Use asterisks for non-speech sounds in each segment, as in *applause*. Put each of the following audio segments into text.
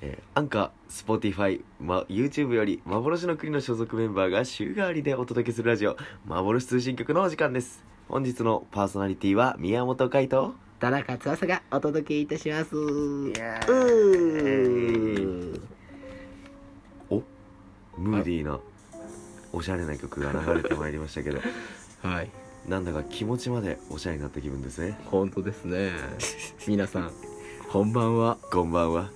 えー、アンカー、Spotify、ま、YouTube より幻の国の所属メンバーが週替わりでお届けするラジオ幻通信局のお時間です本日のパーソナリティは宮本海斗田中翼がお届けいたしますうエーーおムーディーなおしゃれな曲が流れてまいりましたけどはいなんだか気持ちまでおしゃれになった気分ですね本当です *laughs* ね皆さんこんばんはこんばんは、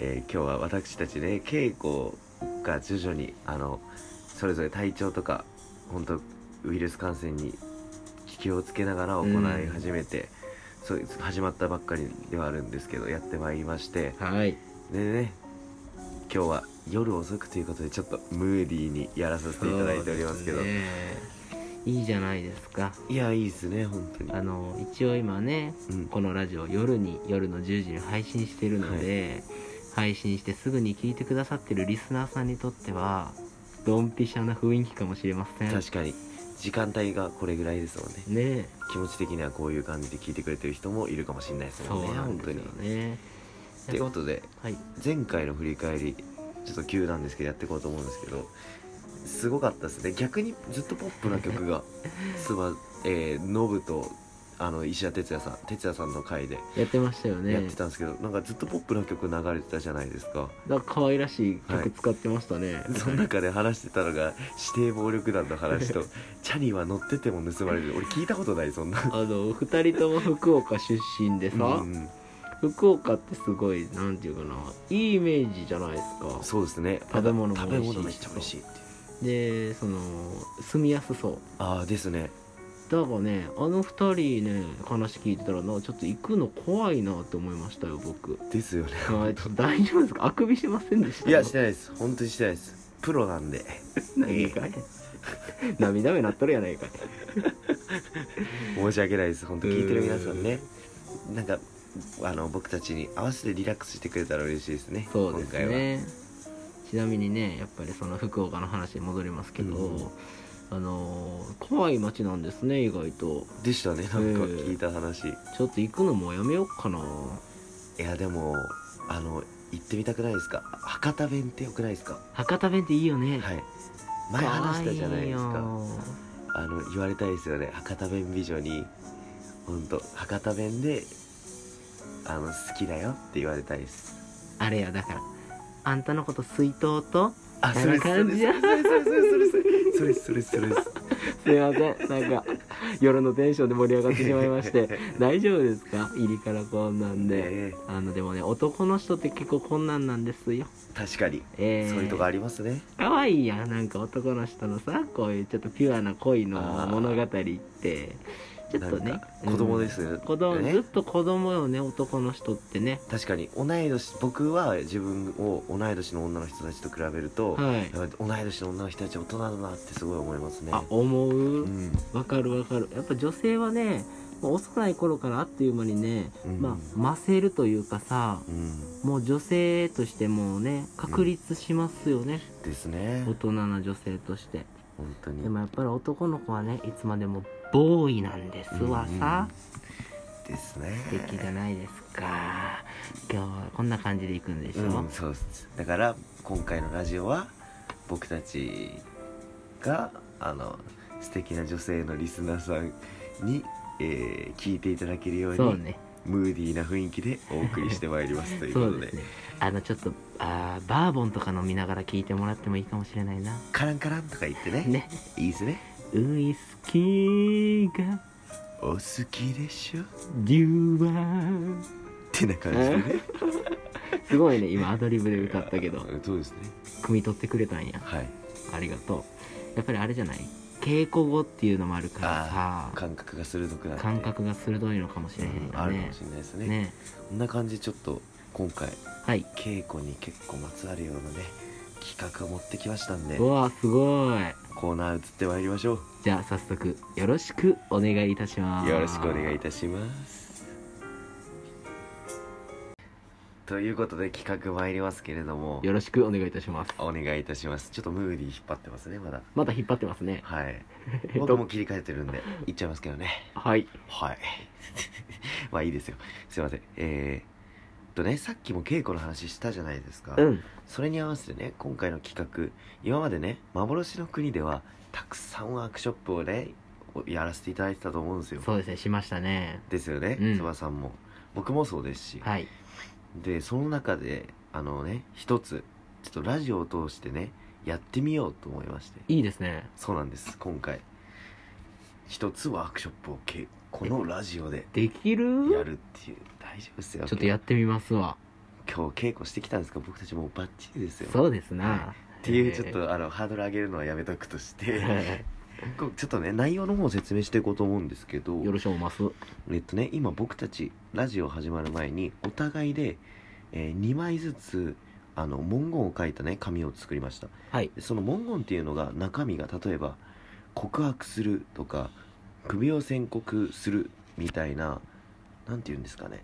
えー今日は私たちね稽古が徐々にあのそれぞれ体調とか本当ウイルス感染に気をつけながら行い始めて、そう始まったばっかりではあるんですけどやってまいりましてはいでね今日は夜遅くということでちょっとムーディーにやらさせていただいておりますけどそうですねいいじゃないですかいやいいですね本当にあの一応今ねうんこのラジオ夜に夜の10時に配信してるので、配信してすぐに聞いてくださってるリスナーさんにとってはドンピシャな雰囲気かもしれません確かに時間帯がこれぐらいですもんねね気持ち的にはこういう感じで聞いてくれてる人もいるかもしれないですそもんねうなん本で当すによ。ねということではい前回の振り返りちょっと急なんですけどやっていこうと思うんですけどすごかったですね逆にずっとポップな曲 *laughs* がすばえーノブとあの石田哲也さん哲也さんの回でやってましたよやっねてたんですけど、なんかずっとポップな曲流れてたじゃないですか *laughs* なんか可愛らしいはい曲使ってましたね、その中で話してたのが指定暴力団の話 *laughs* とチャニーは乗ってても盗まれる俺聞いたことないそんな。あの2人とも福岡出身でさ、うん福岡ってすごいなんていうかないいイメージじゃないですかそうですね食べ物も美味しい食べ物めっちゃ美味しいっていうでその住みやすそうああですねだからねあの2人ね話聞いてたらなちょっと行くの怖いなって思いましたよ僕ですよねはいちょっと大丈夫ですかあくびしてませんでしたいやしてないです本当にしてないですプロなんで何かい *laughs* 涙目なっとるやないかい申し訳ないです本当聞いてる皆さんねなんかあの僕たちに合わせてリラックスしてくれたら嬉しいですねそうです今回はねちなみにねやっぱりその福岡の話に戻りますけど、うんあのー怖い街なんですね意外とでしたねなんか聞いた話、ちょっと行くのもやめようかないやでもあの行ってみたくないですか博多弁ってよくないですか博多弁っていいよね、はい前話したじゃないです可か愛いよあの言われたいですよね博多弁美女に本当博多弁であの好きだよって言われたいですあれやだからあんたのこと水筒とあそれそれそれそそれそれそれそれそれそれそれそれすいませんなんか夜のテンションで盛り上がってしまいまして *laughs* 大丈夫ですか入りからこんなんで、ねあのでもね男の人って結構こんなんなんですよ確かにえー、そういうとこありますね可愛いやんなんか男の人のさこういうちょっとピュアな恋の物語ってちょっとねなんか子供で、すうよん子供ねずっと子供よね男の人ってね確かに同い年僕は自分を同い年の女の人たちと比べると、はいやっぱり同い年の女の人たちは大人だなってすごい思いますねあ思ううんわかるわかるやっぱ女性はねもう幼い頃からあっという間にね、うんまあませるというかさうんもう女性としてもうね確立しますよね、ですね大人な女性として本当にでもやっぱり男の子はねいつまでもボーイなんですわさ、ですね素敵じゃないですか今日はこんな感じで行くんでしょ、うん、そうですだから今回のラジオは僕たちがあの素敵な女性のリスナーさんに、えー聞いていただけるようにそうねムーディーな雰囲気でお送りしてまいりますというこ *laughs* そうとでですねあのちょっとあーバーボンとか飲みながら聞いてもらってもいいかもしれないなカランカランとか言ってねねいいですねウイスキーがお好きでしょっデュワーてな感じでねすごいね今アドリブで歌ったけど *laughs* そうですね汲み取ってくれたんやはいありがとうやっぱりあれじゃない稽古語っていうのもあるからあさあ感覚が鋭くなって感覚が鋭いのかもしれへんようねんあるかもしれないですねねこんな感じでちょっと今回はい稽古に結構まつわるようなね企画を持ってきましたんでうわすごいコーナー移ってまいりましょじゃあ早速よろしくお願いいたしまうすよろしくお願いいしたしますということで企画参りますけれどもよろしくお願いいたしますお願いいたしますちょっとムーディー引っ張ってますねまだまだ引っ張ってますねはい *laughs* えっ僕とも切り替えてるんでいっちゃいますけどねはいはい *laughs* まあいいですよすいませんえー、っとねさっきも稽古の話したじゃないですか、うんそれに合わせてね今回の企画今までね幻の国ではたくさんワークショップをねやらせていただいてたと思うんですよそうですねしましたねですよねうんつば、さんも僕もそうですし、はいでその中であのね一つちょっとラジオを通してねやってみようと思いましていいですねそうなんです今回一つワークショップをけこのラジオでできやるるっていう大丈夫ですよちょっとやってみますわ今日稽古してきたんですか僕たちもうバッチリですよそうですなっていうちょっとあのハードル上げるのはやめとくとしてえこうちょっとね内容の方を説明していこうと思うんですけどーよろしくおますえっとね今僕たちラジオ始まる前にお互いで、え2枚ずつあの文言を書いたね紙を作りましたはいでその文言っていうのが中身が例えば告白するとか首を宣告するみたいななんて言うんですかね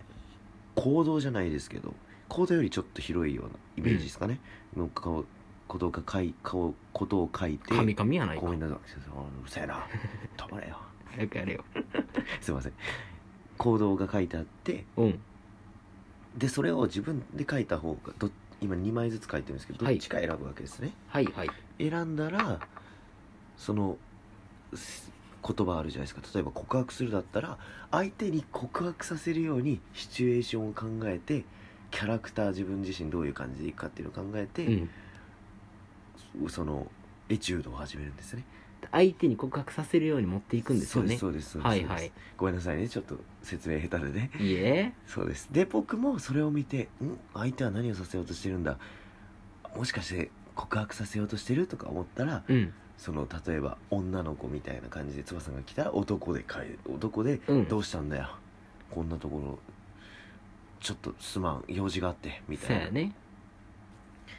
行動じゃないですけど行動よりちょっと広いようなイメージですかね、の顔ことが書い顔ことを書いて神々やないかごめんなさいうるせえな止まれよ早くやれよすいません行動が書いてあってうんでそれを自分で書いた方がど今2枚ずつ書いてるんですけどどはっいちか選ぶわけですね、はいはい選んだらそのす言葉あるじゃないですか例えば告白するだったら相手に告白させるようにシチュエーションを考えてキャラクター自分自身どういう感じでいくかっていうのを考えて、うんそのエチュードを始めるんですね相手に告白させるように持っていくんですよねそうですそうですそうはですいはいごめんなさいねちょっと説明下手でねいいえそうですで僕もそれを見てん相手は何をさせようとしてるんだもしかして告白させようとしてるとか思ったらうんその例えば女の子みたいな感じでつばさんが来たら男で帰る男でう「どんうしたんだよ、こんなところちょっとすまん用事があって」みそうたやいなね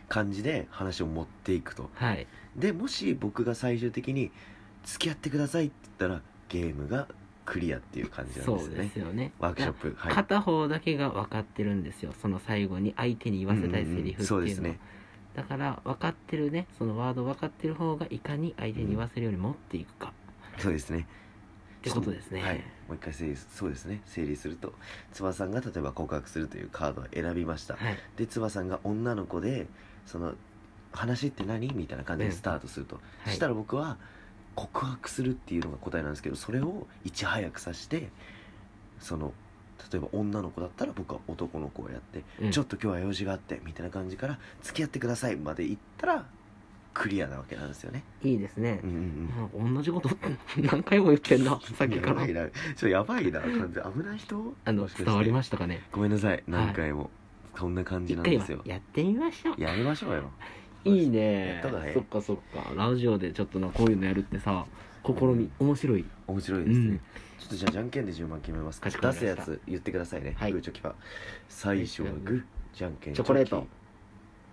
感じで話を持っていくとはいでもし僕が最終的に「付き合ってください」って言ったらゲームがクリアっていう感じなんそですうよでねすよねワークショップはい片方だけが分かってるんですよその最後に相手に言わせたいセリフっうんてうんうんそうでいすうのはねだから分かってるねそのワード分かってる方がいかに相手に言わせるように持っていくかそうですねってことですねはい、もう一回整理すそうですね整理するとつばさんが例えば告白するというカードを選びました、はいでつばさんが女の子でその話って何みたいな感じでスタートすると、はいしたら僕は告白するっていうのが答えなんですけどそれをいち早くさしてその例えば女の子だったら僕は男の子をやって、うんちょっと今日は用事があってみたいな感じから付き合ってくださいまで行ったらクリアなわけなんですよね。いいですねうんうんうんうん同じこと何回も言ってん *laughs* なさっきかやばらいなちょっとやばいな完全危ない人あのもしかして伝わりましたかねごめんなさい何回も、こんな感じ一なん回ではすよやってみましょうやりましょうよいいねやった方がいいそっかそっかラジオでちょっとなこういうのやるってさ試み面白い面白いですね、うんちょっとじゃあじゃんけんで順番決めますかかしこま出すりまやしたつ言ってくださいね、はいグーチョキパー最初はグーじゃんけんチョコレート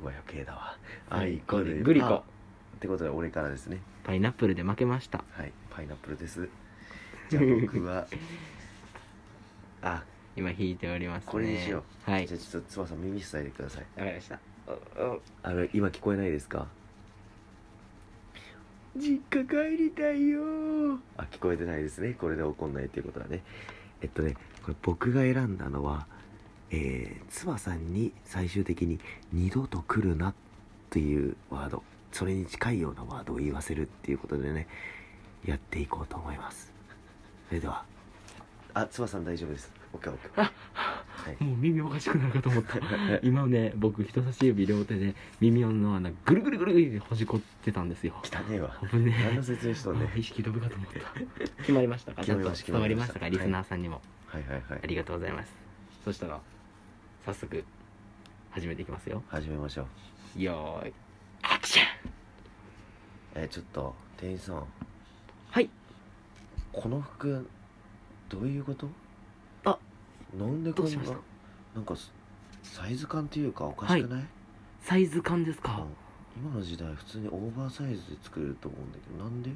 和よけだわあはいいこでグリコパーってことで俺からですねパイナップルで負けましたはいパイナップル *laughs* ですじゃあ僕はあ今弾いておりますねこれにしようはいじゃあちょっとつばさん耳塞いでくださいわかりましたあの今聞こえないですか実家帰りたいよーあ聞こえてないですねこれで怒んないっていうことはねえっとねこれ僕が選んだのはえー、妻さんに最終的に「二度と来るな」っていうワードそれに近いようなワードを言わせるっていうことでねやっていこうと思いますそれではあ妻さん大丈夫です OKOK はいもう耳おかしくなるかと思った *laughs* 今ね僕人差し指両手で耳の穴ぐるぐるぐるぐるってほじこってたんですよ汚ねえわ危ね何えの説明しとんねんあ意識飛ぶかと思った *laughs* 決まりましたか決まりましたちゃんと伝わりましたか決リまスりまナーさんにも、はいはいはいありがとうございますそしたら早速始めていきますよ始めましょうよーいアクションえちょっと店員さんはいこの服どういうことあなんでどこうんしなましたなんかサイズ感っていうかおかしくない、サイズ感ですあかの今の時代普通にオーバーサイズで作れると思うんだけどなんで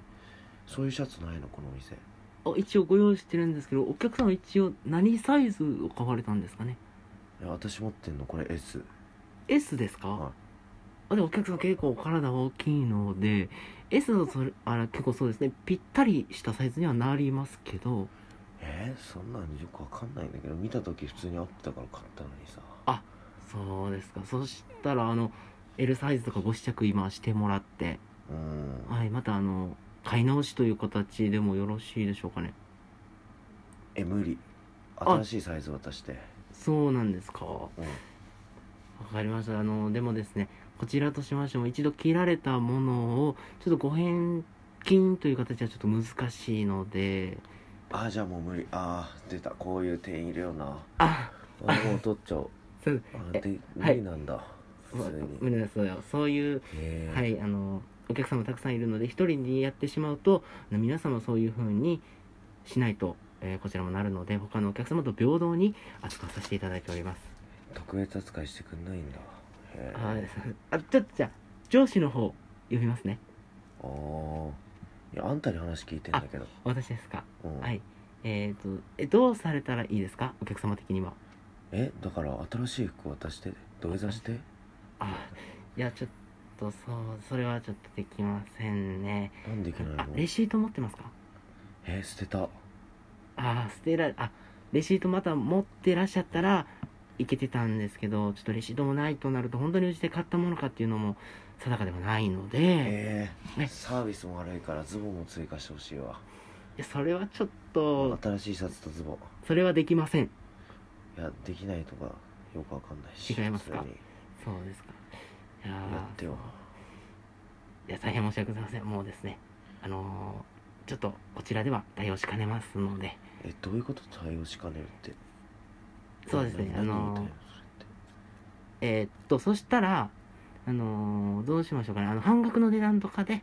そういうシャツないのこのお店あ一応ご用意してるんですけどお客さんは一応何サイズを買われたんですかねいや私持ってんのこれ S S ですか、はいあでもお客さん結構お体大きいので S だとそれあら結構そうですねぴったりしたサイズにはなりますけどえー、そんなんよくわかんないんだけど見た時普通に合ってたから買ったのにさそうですかそしたらあの L サイズとかご試着今してもらってうーんはいまたあの買い直しという形でもよろしいでしょうかねえ無理新しいサイズ渡してそうなんですかうんわかりました。あの、でもですね、こちらとしましても、一度切られたものを、ちょっとご返金という形はちょっと難しいので、あーじゃあもう無理あー出たこういう店員いるよなあ、 *laughs* あもう取っちゃおうそう、あえーでは無い理なんだ、普ま通に、無理ですよ。そういう、えーはい、あの、お客様たくさんいるので、一人にやってしまうと、あの皆様そういう風にしないと、えーこちらもなるので、他のお客様と平等に扱わさせていただいております。特別扱いしてくんないんだへーはい。 *laughs* あ、ちょっとじゃあ、上司の方、呼びますね。あーいやあんたに話聞いてんだけど、私ですか。うんはいえっ、とえどうされたらいいですかお客様的にはえだから新しい服渡して土下座してあいやちょっとそうそれはちょっとできませんねなんでいけないのあレシート持ってますかえ捨てたあ捨てらあレシートまた持ってらっしゃったらいけてたんですけどちょっとレシートもないとなると本当にうちで買ったものかっていうのも定かではないので、えーねサービスも悪いからズボンも追加してほしいわいやそれはちょっと新しいシャツとズボンそれはできませんいやできないとかよくわかんないし違いますか普通にそうですかいやーやってよいや大変申し訳ございませんもうですねあのーちょっとこちらでは対応しかねますのでえどういうこと対応しかねるってそうですねあ何の何みーたいなそれってえーっとそしたらあのーどうしましょうかねあの半額の値段とかで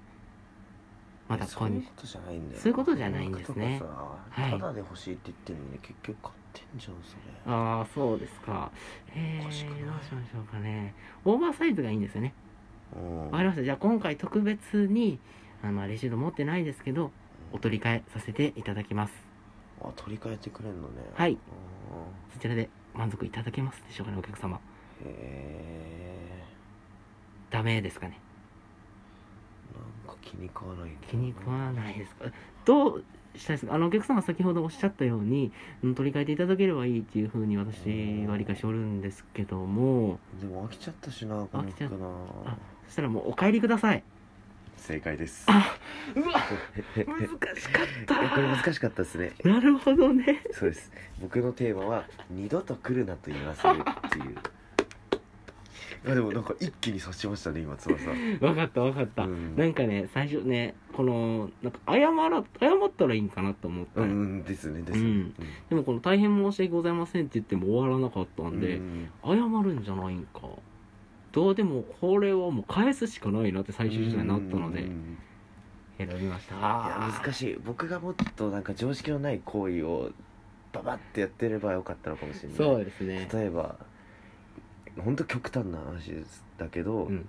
またえそ購うい入うことじゃないんだよそういうことじゃないんですねなんかとかはいさただで欲しいって言ってるのに結局買ってんじゃんそれああそうですかおえー、どかうししくまないしょうかねオーバーサイズがいいんですよねうんわかりましたじゃあ今回特別にあのまあレシート持ってないですけどお取り替えさせていただきますあ取り替えてくれんのねはいうんそちらで満足いただけますでしょうかねお客様へえダメですかねなんか気に食わないんだよね気に食わないですかどうしたいですかあのお客様先ほどおっしゃったようにうん取り替えていただければいいっていうふうに私は理解しておるんですけどもでも飽きちゃったしなこの飽きちゃっ服なあそしたらもうお帰りください正解ですあうわ *laughs* え *laughs* 難しかっこれた難しかったですね *laughs* なるほどねそうです僕のテーマは「二度と来るなと言わせる」って *laughs* いういやでもなんか一気に刺しましたね今翼分かった分かった、うんなんかね最初ねこのなんか謝ら謝ったらいいんかなと思った、うんうんですねですうね、んでもこの「大変申し訳ございません」って言っても終わらなかったうんんで、うん謝るんじゃないんかどうでもこれはもう返すしかないなって最終手段になったのうでん選びましたいいや難しい僕がもっとなんか常識のない行為をババってやってればよかったのかもしれないそうですね例えば本当極端な話ですだけど、うん、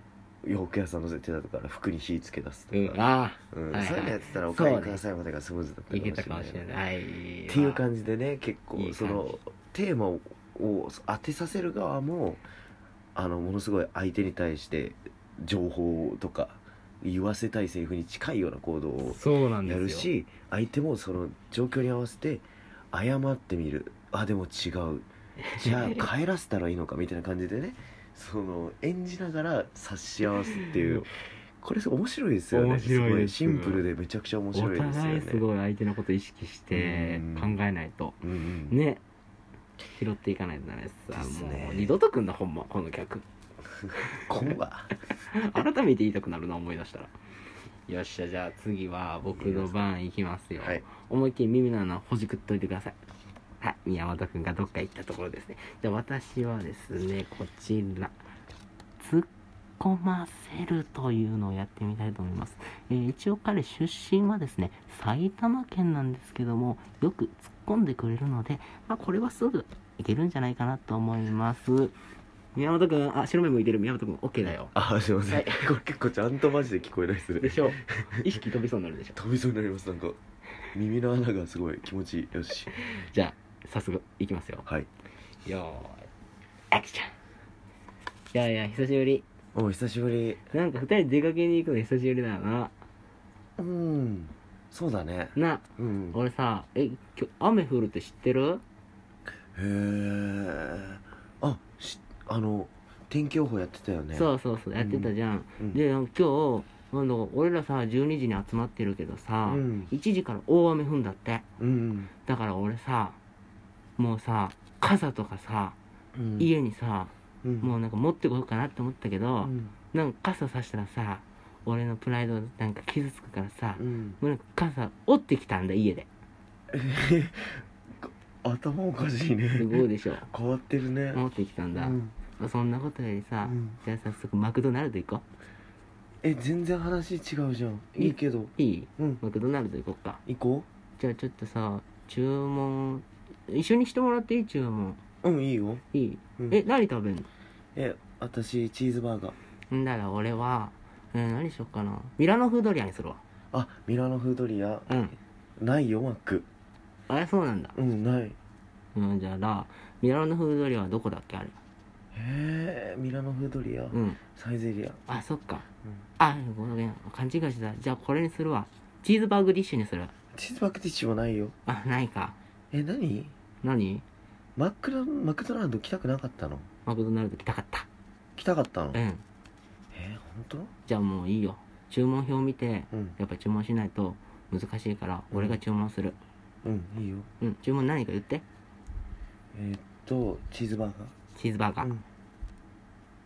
洋服屋さんの手だとから服に火つけ出すとうん、か、あうんはいはいそういうのやってたら「おそう帰ねりください」までがスムーズだっあたいけたかかももししれれないないっていうじ感じでね結構いい感じそのテーマをを当てさせる側もあのものすごい相手に対して情報とか言わせたいセリフに近いような行動をそうなんでやすよるし相手もその状況に合わせて謝ってみるあでも違うじゃ *laughs* あ帰らせたらいいのかみたいな感じでねその演じながら察し合わすっていうこれ面白いですよね面白いですすごいシンプルでめちゃくちゃ面白いおですよ互ねいすごい相手のこと意識してうん考えないとうんうんね拾っていかないとダメですですねもう二度と来んなほんまこの客今 *laughs* 晩は改めて言いたくなるな思い出したらよっしゃじゃあ次は僕の番いきますよ、はい思いっきり耳の穴ほじくっといてくださいはい、宮本くんがどっか行ったところですね。じゃあ私はですね、こちら、突っ込ませるというのをやってみたいと思います。えー一応彼出身はですね、埼玉県なんですけども、よく突っ込んでくれるので、まあこれはすぐいけるんじゃないかなと思います。宮本くん、あ、白目向いてる宮本くん、OK だよ。あーすいません、はいこれ結構ちゃんとマジで聞こえないですねでしょ意識飛びそうになるでしょ飛びそうになりますなんか耳の穴がすごい気持ちいいよしじゃあ、早速いきますよ。はいよーい、アクションいやいや、久しぶり。お久しぶりなんか二人出かけに行くの久しぶりだよな。うんそうだねな、うんへ俺さ、え、今日雨降るって知ってるえあしあの天気予報やってたよねそうそうそう、やってたじゃん。うん、で、なんか今日、なんだか俺らさ、12時に集まってるけどうさ、ん1時から大雨降んだって。うんだから俺さ、もうさ、傘とかさ、うん家にさ、うんもうなんか持ってこようかなって思ったけど、うんなんか傘さしたらさ、俺のプライドなんか傷つくからさう、んもうなんか傘折ってきたんだ、家で。頭おかしいねすごいでしょ。変わってるね持ってきたんだ。うんまあそんなことよりさ、うんじゃあ早速マクドナルド行こえ全然話違うじゃんいいけどういいうんマクドナルド行こっか行こじゃあちょっとさ注文一緒にしてもらっていい注文ううんいいよ、いいうん、え何食べんえ私チーズバーガーのんだら俺は、えー何しよっかなミラノ風ドリアにするわあミラノフードリアうんないよマックあれそうなんだうんないへうんじゃあらミラノ風ドリアはどこだっけあれえミラノフードリア、うんサイゼリアあそっか、うんあごめん勘違いしてたじゃあこれにするわチーズバーグディッシュにするチーズバーグティッシュもないよあないかえ何何マックラマクドナルド来たくなかったのマクドナルド来たかった来たかったのうえん本じゃあもういいよ注文表見て当うんやっぱ注文しないと難しいからうん俺が注文するうんいいようん、注文何か言ってえーっとチーズバーチーズバーガガー、ーうん、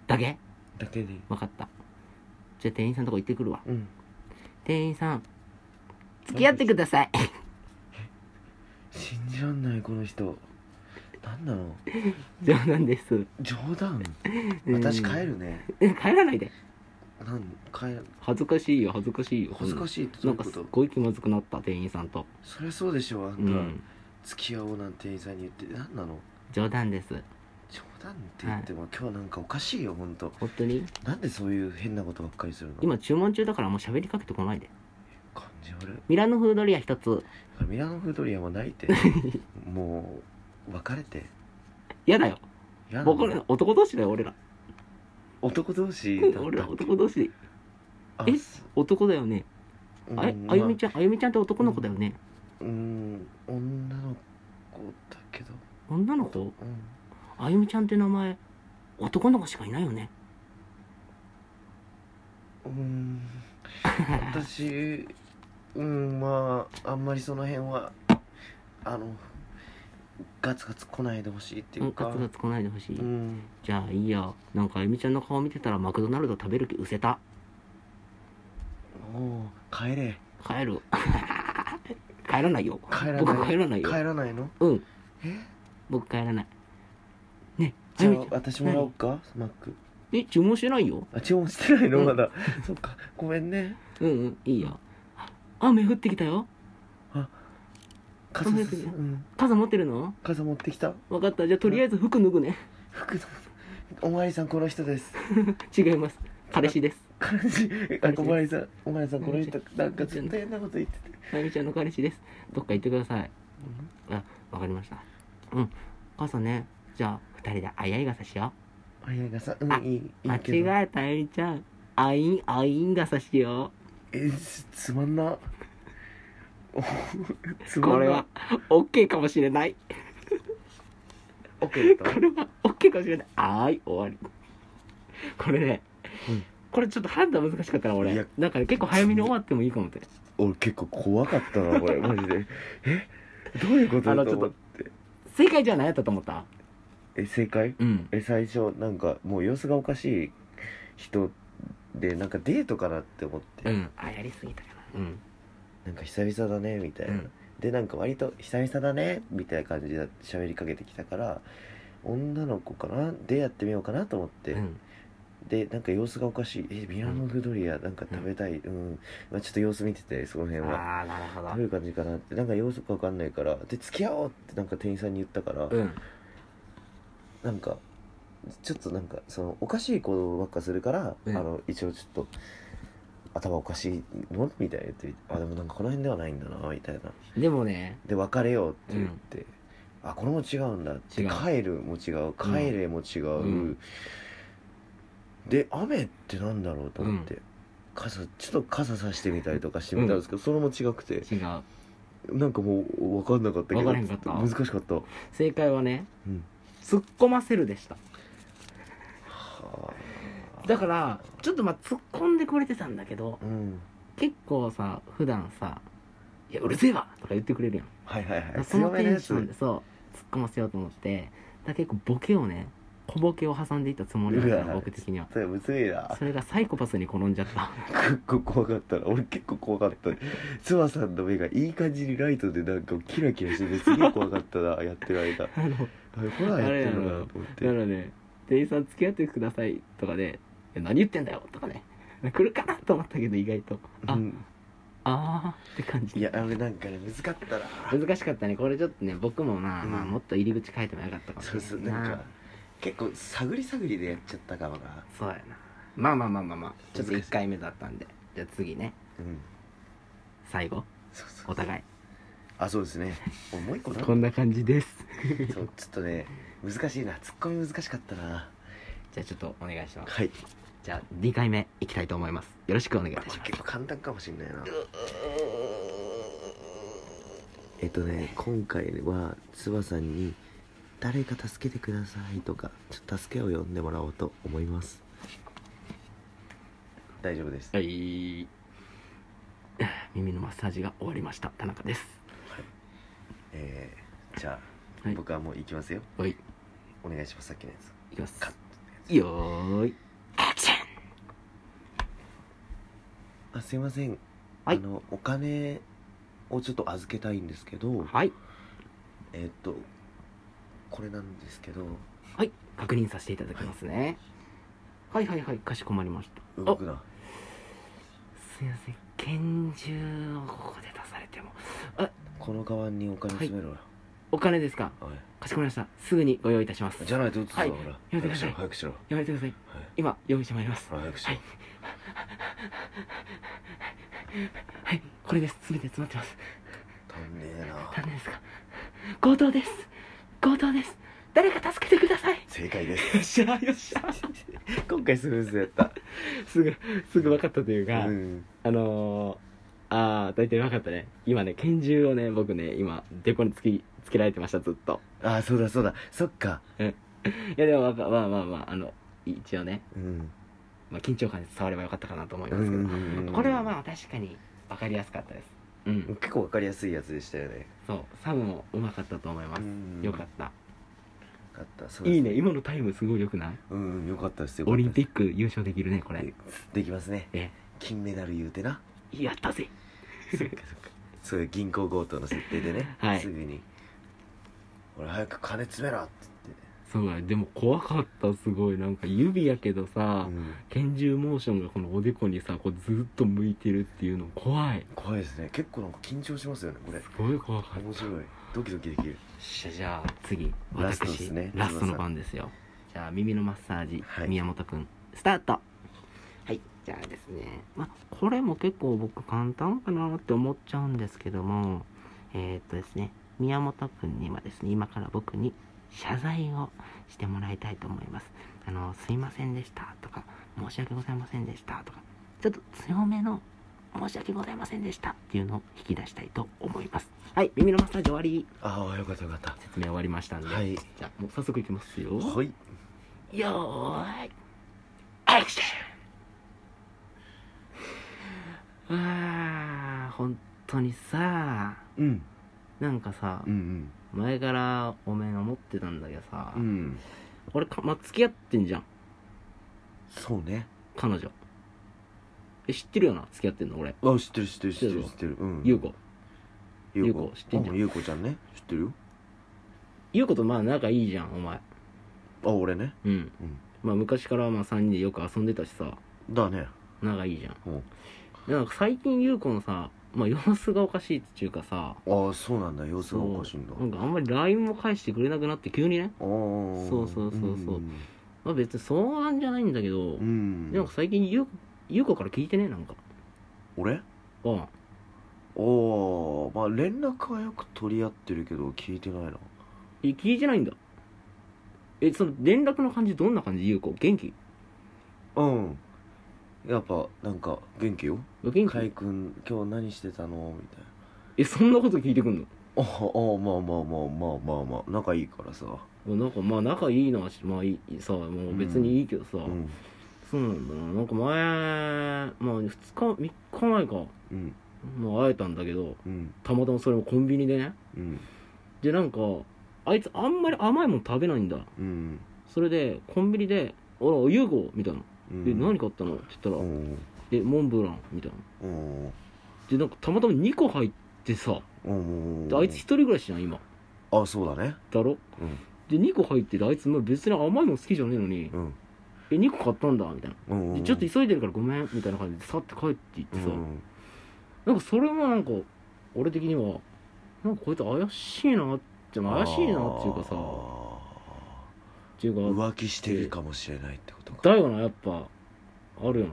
だけだけでいい分かったじゃあ店員さんとこ行ってくるわうん店員さん付き合ってください *laughs* 信じらんないこの人なんなの冗談です冗談うん私帰るねえ帰らないでなん帰る恥ずかしいよ恥ずかしいよ恥ずかししいってどなういうんかこすとっごい気まずくなった店員さんとそりゃそうでしょあんた、うん付き合おうなんて店員さんに言って何なの冗談です冗談って言っても、今日なんかおかしいよ本当本当になんでそういう変なことばっかりするの今注文中だからもう喋りかけてこないで感じ悪ミラノフードリア一ついミラノフードリアも *laughs* ないってもう別れて嫌だよや僕ら男同士だよ俺ら男同士だっ俺たらっけ男同士であえ男だよねあれあゆみちゃんあゆみちゃんって男の子だよね、ゃんうん女の子だけど女の子うんあゆみちゃんって名前男の子しかいないよねうーん私うんまああんまりその辺はあのガツガツ来ないでほしいっていうかガツガツ来ないでほしい、うんじゃあいいやなんかあゆみちゃんの顔見てたらマクドナルド食べる気うせたもう帰れ帰る *laughs* 帰らないよ帰らない僕帰らないよ帰らないのうんえ僕帰らないねあじゆゃあみちゃん私もらおうかマックえ注文してないよあ注文してないのうんまだ、そっかごめんねうんうんいいよあ雨降ってきたよ傘ごめさんごめんうん傘持ってるの傘持ってきた *laughs* 分かったじゃあとりあえず服脱ぐね服のおまわりさんこの人です違います彼氏です彼氏あおまわりさんおまわりさんこの人なんかちずょっとっと変なこと言ってて、あゆみちゃんの彼氏ですどっか行ってくださいあわかりましたうん傘ねじゃあ2人であやい傘しようあいや傘うんあいいい間いけど違えたあゆみちゃんアインアイン傘しよえつつまんな *laughs* おつうまんなこれは OK かもしれないオッケーだっこれは OK かもしれないはーい終わりこれね、うんこれちょっと判断難しかったない俺やなんかね結構早めに終わってもいいかもって俺結構怖かったなこれマジでえどういうことあのだとちょっ思とって正解じゃあ何やったと思ったえ正解うんえ最初なんかもう様子がおかしい人でなんかデートかなって思って、うんあやりすぎたかなうんなんか久々だねみたいな、うんでなんか割と「久々だね」みたいな感じで喋りかけてきたから女の子かなでやってみようかなと思って、うんでなんか様子がおかしい「えミラノグドリアなんか食べたい」うん、まあ、ちょっと様子見ててその辺はああなるほどどういう感じかなってなんか様子がわかんないからで付き合おうってなんか店員さんに言ったから、うんなんかちょっとなんかそのおかしいことばっかするから、うんあの一応ちょっと頭おかしいのみたいな言ってあでもなんかこの辺ではないんだなみたいなでもねで別れようって言って、あこれも違うんだって違う帰るも違う帰れも違う、うんで雨ってなんだろうと思って、傘ちょっと傘さしてみたりとかしてみたんですけど、それも違くて違うなんかもう分かんなかったけど分からんかった難しかった、は正解はね、うん突っ込ませるでしたあだからちょっとまあ突っ込んでくれてたんだけどうん結構さ普段さ「いやうるせえわ!」とか言ってくれるやんはいはいはだいからその強めテのやンつションでそう突っ込ませようと思ってだから結構ボケをね小ボケを挟んでいったつもりだったうわの僕的にはそれむずいなそれがサイコパスに転んじゃった *laughs* 結構怖かったな俺結構怖かったつばさんの目がいい感じにライトでなんかキラキラしててすげえ怖かった *laughs* なやってる間あのあれホラーやってるのかなと思っだかてらね店員さん付き合ってくださいとかで「いや何言ってんだよ」とかね来るかなと思ったけど意外とあ、うんあーって感じいやあれなんかね難かったな難しかったねこれちょっとね僕もな、うんまあ、もっと入り口変えてもよかったかもしそうそうれないなんなか結構探り探りでやっちゃったかもなそうやなまあまあまあまあまあちょっと難しい1回目だったんでじゃあ次ねうん最後そうそうお互いあそうですねもう一個なこんな感じですそうちょっとね難しいなツッコミ難しかったなじゃあちょっとお願いしますはいじゃあ2回目いきたいと思いますよろしくお願いいあたこしれます結構簡単かもしれないなえっとね今回はつばさんに「誰か助けてください」とかちょっと助けを呼んでもらおうと思います大丈夫ですはい *coughs* 耳のマッサージが終わりました田中ですえー、じゃあ、はい僕はもう行きますよはいお願いしますさっきのやついきますカッよーいアクションあすいません、はいあのお金をちょっと預けたいんですけどはいえっとこれなんですけどはい確認させていただきますねはいはいはいかしこまりました動くなすいません拳銃をここで出されてもこの側にお金詰めろよ、お金ですかおいかしこまりましたすぐにご用意いたしますじゃないと打つぞ、はいほらやめ早くてくだしさいろ早くしろ、はやめてくださいい、今用意してまいりますほら早くしろ、はいはいこれです全て詰まってます足んねえな何ですか強盗です強盗です誰か助けてください正解ですよっしゃよっしゃ今回スムーズやったすぐすぐ分かったというか、うんあのー、ああ大体分かったね今ね拳銃をね僕ね今デコにつきつけられてましたずっとああそうだそうだそっかいやでもわかまあまあまああの一応ね、うんまあ、緊張感に伝わればよかったかなと思いうんますけど、うんうんこれはまあ確かに分かりやすかったですうん結構わかりやすいやつでしたよねそうサムもうまかったと思います、んよかったた、よかったそうですいいね今のタイムすごい良くないうんよかったですよオリンピッック優勝できるねこれできますねえ金メダル言うてなやったぜそっかそっかそういう銀行強盗の設定でね、はいすぐに「俺早く金詰めろ」って言ってそうだねでも怖かったすごいなんか指やけどさ、うん拳銃モーションがこのおでこにさこうずっと向いてるっていうの怖い怖いですね結構なんか緊張しますよねこれすごい怖かった面白いドキドキできるしゃじゃあ次ラストです私ねラストの番ですよじゃあ耳のマッサージ、はい宮本くんスタートはいじゃあですねまあこれも結構僕簡単かなって思っちゃうんですけどもえー、っとですね宮本くんにはですね今から僕に謝罪をしてもらいたいと思いますあのすいませんでしたとか申し訳ございませんでしたとかちょっと強めの申し訳ございませんでしたっていうのを引き出したいと思いますはい耳のマッサージ終わりああよかったよかった説明終わりましたんで、はいじゃあもう早速いきますよはいよーいアクションあー本当にさうんなんかさ、うん前からお面を持ってたんだけどさ、うんうん俺か、まあ、付き合ってんじゃんそうね彼女え知ってるよな付き合ってんの俺あ知ってる知ってる知って知ってるる知ってるうん優子ゆうゆうここ知ってんじゃんあゆうこちゃんね知ってるよゆうことまあ仲いいじゃんお前あ俺ねうん、うんまあ昔からまあ3人でよく遊んでたしさだね仲いいじゃんうんでなんか最近ゆうこのさ、まあ、様子がおかしいっていうかあさあそうなんだ様子がおかしいんだそうあなんかあんまり LINE も返してくれなくなって急にねあーそうそうそうそうんまあ別に相談じゃないんだけど、うんでも最近ゆうゆうこから聞いてねなんか俺うんおおまあ連絡はよく取り合ってるけど聞いてないなえ聞いてないんだえその連絡の感じどんな感じゆうこ元気うんやっぱなんか元気よ元かい気くん今日何してたのみたいなえそんなこと聞いてくんのああまあまあまあまあまあまあ仲いいからさなんかまあ仲いいのはしまあいいさもう別にいいけどさ、うんそうなんだななんか前まあ2日3日前かうんまあ会えたんだけどうんたまたまそれもコンビニでねうんでなんかあいつあんまり甘いもん食べないんだうんそれでコンビニで「あら優子」みたいなう「んで何買ったの?」って言ったうらん「でモンブラン」みたいなうんでなんかたまたま2個入ってさうんであいつ1人暮らしじゃん今あそうだねだろで2個入っててあいつまあ別に甘いもん好きじゃねえのにうん「え2個買ったんだ」みたいなうんで「ちょっと急いでるからごめん」みたいな感じでさって帰っていってうさんなんかそれもなんか俺的にはなんかこいつ怪しいなって怪しいなっていうかさっあていーうか浮気してるかもしれないってことかだよなやっぱあるよ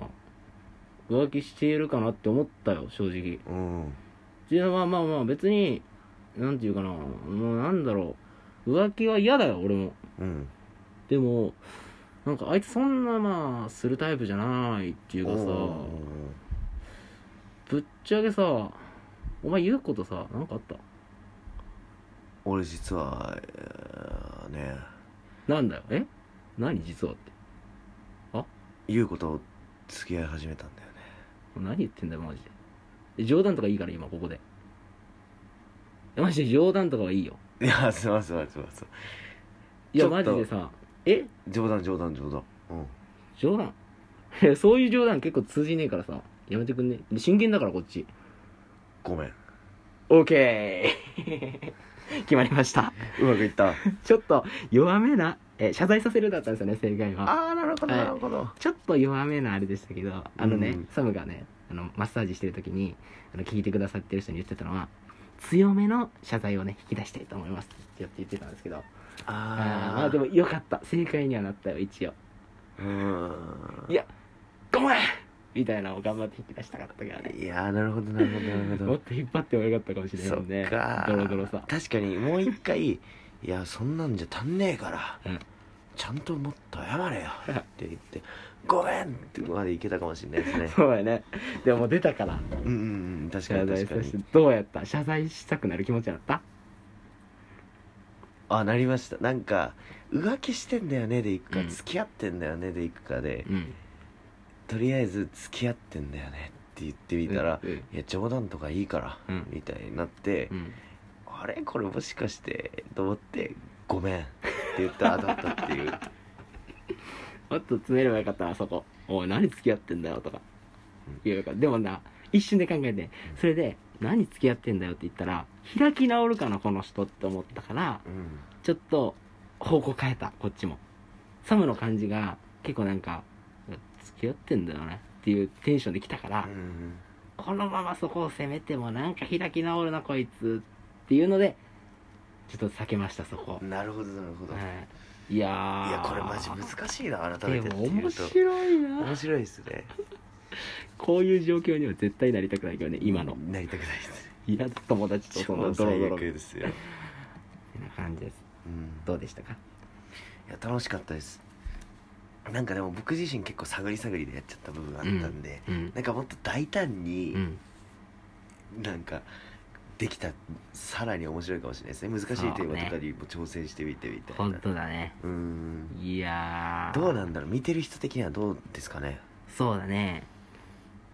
な浮気しているかなって思ったよ正直うんっていうのはまあまあ別になんていうかなもうなんだろう浮気は嫌だよ俺もうんでもなんかあいつそんなまあするタイプじゃないっていうかさうんぶっちゃけさお前言うことさなんかあった俺実はえーねなんだよえ何実はって優子と付き合い始めたんだよね何言ってんだよマジで冗談とかいいから今ここでマジで冗談とかはいいよいやすいませんすいませんすいませんいやちょマっとジでさえ冗談冗談冗談冗談いやそういう冗談結構通じねえからさやめてくんね真剣だからこっちごめんオーケー *laughs* 決まりましたうまくいったちょっと弱めなえ謝罪させるだったんですよね正解はあなるほどなるほどちょっと弱めなあれでしたけどあのね、うんサムがねあのマッサージしてる時にあの聞いてくださってる人に言ってたのは強めの謝罪をね引き出したいと思いますって言ってたんですけどあーまああでもよかった正解にはなったよ一応ーうんいやごめんみたいなのを頑張って引き出したかったからねいやーなるほどなるほど *laughs* なるほもどっと引っ張ってもよかったかもしれないそもっんねかドロドロさ確かにもう一 *laughs* 回いやそんなんじゃ足んねえから、うんちゃんともっと謝れよって言って「ごめん!」ってまでいけたかもしれないですね *laughs* そうやねでももう出たからうんうんうん確か謝に罪確かそしてにどうやった謝罪したくなる気持ちになったあなりましたなんか浮気してんだよねでいくか、うん付き合ってんだよねでいくかでうんとりあえず付き合ってんだよねって言ってみたら、うんいや冗談とかいいから、うんみたいになって、うんあれこれもしかしてと思って「ごめん」って言ったら当たったっていうもっと詰めればよかったなあそこおい何付き合ってんだよとかうん言うかでもな一瞬で考えうてんそれで何付き合ってんだよって言ったら開き直るかなこの人って思ったからうんちょっと方向変えたこっちもサムの感じが結構なんか付き合ってんだよねっていうテンションで来たかうら、んこのままそこを攻めてもなんか開き直るなこいつっていうのでちょっと避けましたそこ、なるほどなるほど、いはい、いやーやこれマジ難しいな改めてっでてもい面うと白いな面白いですねこういう状況には絶対なりたくないけどね今のなりたくないですいや友達とその超ドロ最ドロ悪みたいですよ、な感じですうん、どうでしたかいや楽しかったですなんかでも僕自身結構探り探りでやっちゃった部分あったんで、うんなんかもっと大胆に、うんなんかできたさらに面白いかもしれないですね難しいテーマとかにも挑戦してみてみたいなう,、本当だねーんいやーどうなんだろう見てる人的にはどうですかねそうだね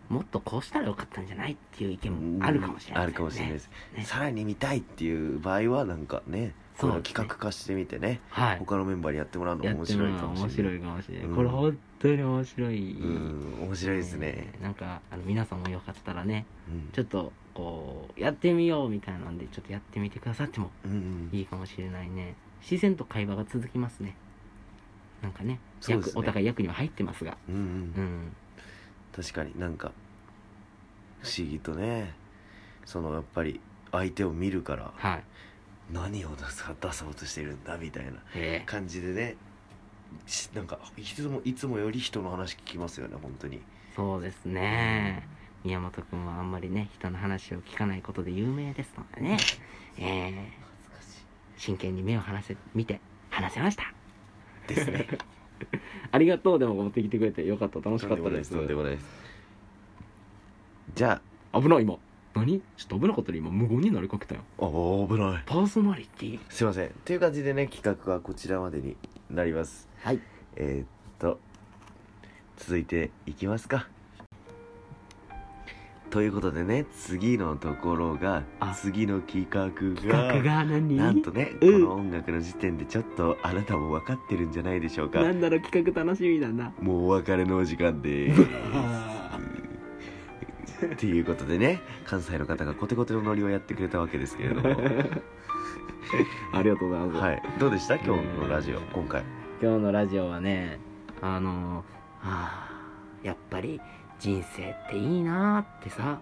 もっとこうしたらよかったんじゃないっていう意見もあるかもしれない、あるかもしれないでね。す、ねさらに見たいっていう場合はなんかねそそうの企画化してみてねはい。他のメンバーにやってもらうのやもっ面て白もいらうかのも面しれな白いいかもしれない。うんこれ本当に面白い。うん面白いですね、えーなんかあの皆さんもよかったらねうんちょっとこうやってみようみたいなんでちょっとやってみてくださってもうんうんいいかもしれないね自然と会話が続きますねなんかねそうで役すねお互い役には入ってますがうんうんうん確かになんか不思議とねそのやっぱり相手を見るからはい何を出さ出そうとしてるんだみたいなえ感じでねしなんかいつもいつもより人の話聞きますよね本当にーそうですね宮本君はあんまりね人の話を聞かないことで有名ですのでねえー恥真剣に目を離せ見て話せましたずかしいですねありがとうでも持ってきてくれてよかった楽しかったですとんでもないですじゃ危ない今何ちょっと危なかったら今無言になりかけたよあお危ないパーソナリティすいませんという感じでね企画はこちらまでになりますはいえーっと続いていきますかということでね次のところがあ次の企画が企画が何なんとね、うんこの音楽の時点でちょっとあなたも分かってるんじゃないでしょうなかんだろう企画楽しみだなもうお別れのお時間であすっていうことでね関西の方がコテコテのノリをやってくれたわけですけれど *laughs* もりがとうございます、はいどうでした今日のラジオ今回今日のラジオはねあのーあーやっぱり人生っていいなーってさ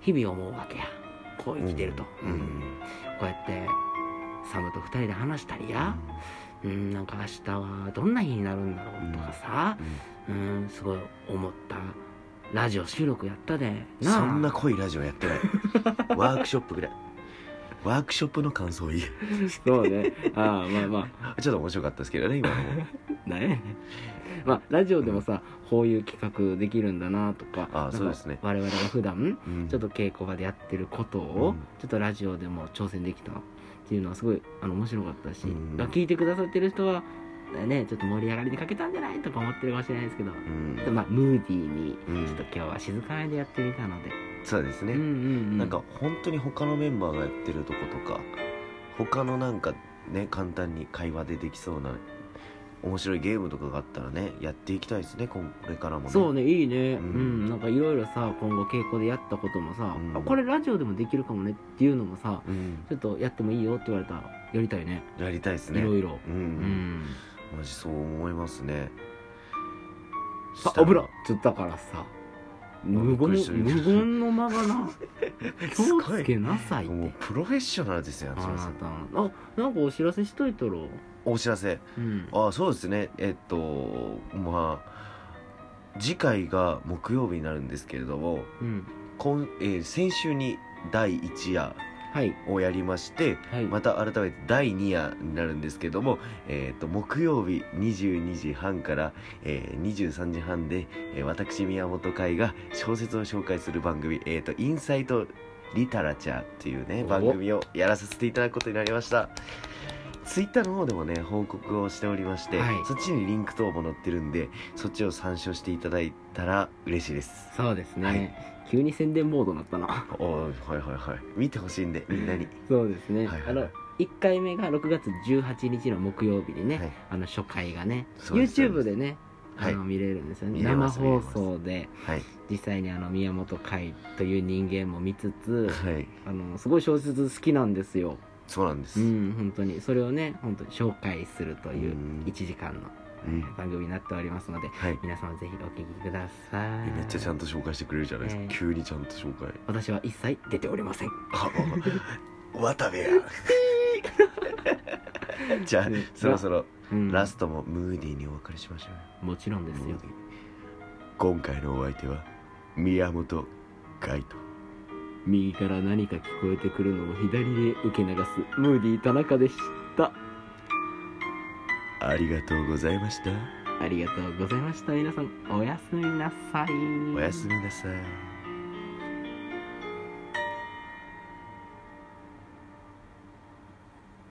日々思うわけやこう生きてると、うんこうやってサムと二人で話したりや、うん、なんか明日はどんな日になるんだろうとかさ、うん、すごい思ったラジオ収録やったでうんそんな濃いラジオやってない *laughs* ワークショップぐらいワークショップの感想を言えそうねああまあまあちょっと面白かったですけどね今のもなんやねんまあラジオでもさ、こういう企画できるんだなとかああなんかそうですね我々が普段うんちょっと稽古場でやってることを、うんちょっとラジオでも挑戦できたっていうのはすごいあの面白かったし、うんまあ聞いてくださってる人はねちょっと盛り上がりに欠けたんじゃないとか思ってるかもしれないですけど、うんまあムーディーにうんちょっと今日は静かめでやってみたので、そうですね、うんうんうん、なんか本当に他のメンバーがやってるとことか他のなんかね簡単に会話でできそうな面白いゲームとかがあったらねやっていきたいですねこんこれからもねそうねいいね、ううんんなんかいろいろさ今後稽古でやったこともさ、うんあこれラジオでもできるかもねっていうのもさうんちょっとやってもいいよって言われたらやりたいねやりたいですいねろいろうん、うんマジそう思いますねあ油っつったからさ無びっく言りした無言のままな *laughs* 気すをごついけなさいってもうプロフェッショナルですよあ夏目さなんたあなんかお知らせしといたろお知らせうんあそうですねえっとまあ次回が木曜日になるんですけれどもうん今、えー先週に第1夜はいをやりましてはい、また改めて第2夜になるんですけども、えー、と木曜日22時半から、えー23時半で、えー私宮本海が小説を紹介する番組「えー、とインサイトリタラチャー」っていうねお番組をやらさせていただくことになりましたツイッターの方でもね報告をしておりまして、はいそっちにリンク等も載ってるんでそっちを参照していただいたら嬉しいですそうですね、はい急に宣伝モードになったなおーはいはいはい見てほしいんでみんなにそうですね、はいはいはいあの1回目が6月18日の木曜日にね、はいあの初回がねそうです YouTube でねはいあの見れるんですよね、見れ生ます放送ではい実際にあの宮本海という人間も見つつはいあのすごい小説好きなんですよそうなんです、うん本当にそれをね本当に紹介するといううん1時間のうん番組になっておりますのではい皆様ぜひお聞きくださいめっちゃちゃんと紹介してくれるじゃないですか、ええ急にちゃんと紹介私は一切出ておりませんあ *laughs* 渡部やじゃあねそろそろうんラストもムーディーにお別れしましょうもちろんですムよーディー今回のお相手は宮本海斗右から何か聞こえてくるのを左で受け流すムーディー田中でしたありがとうございましたありがとうございました皆さんおやすみなさいおやすみなさい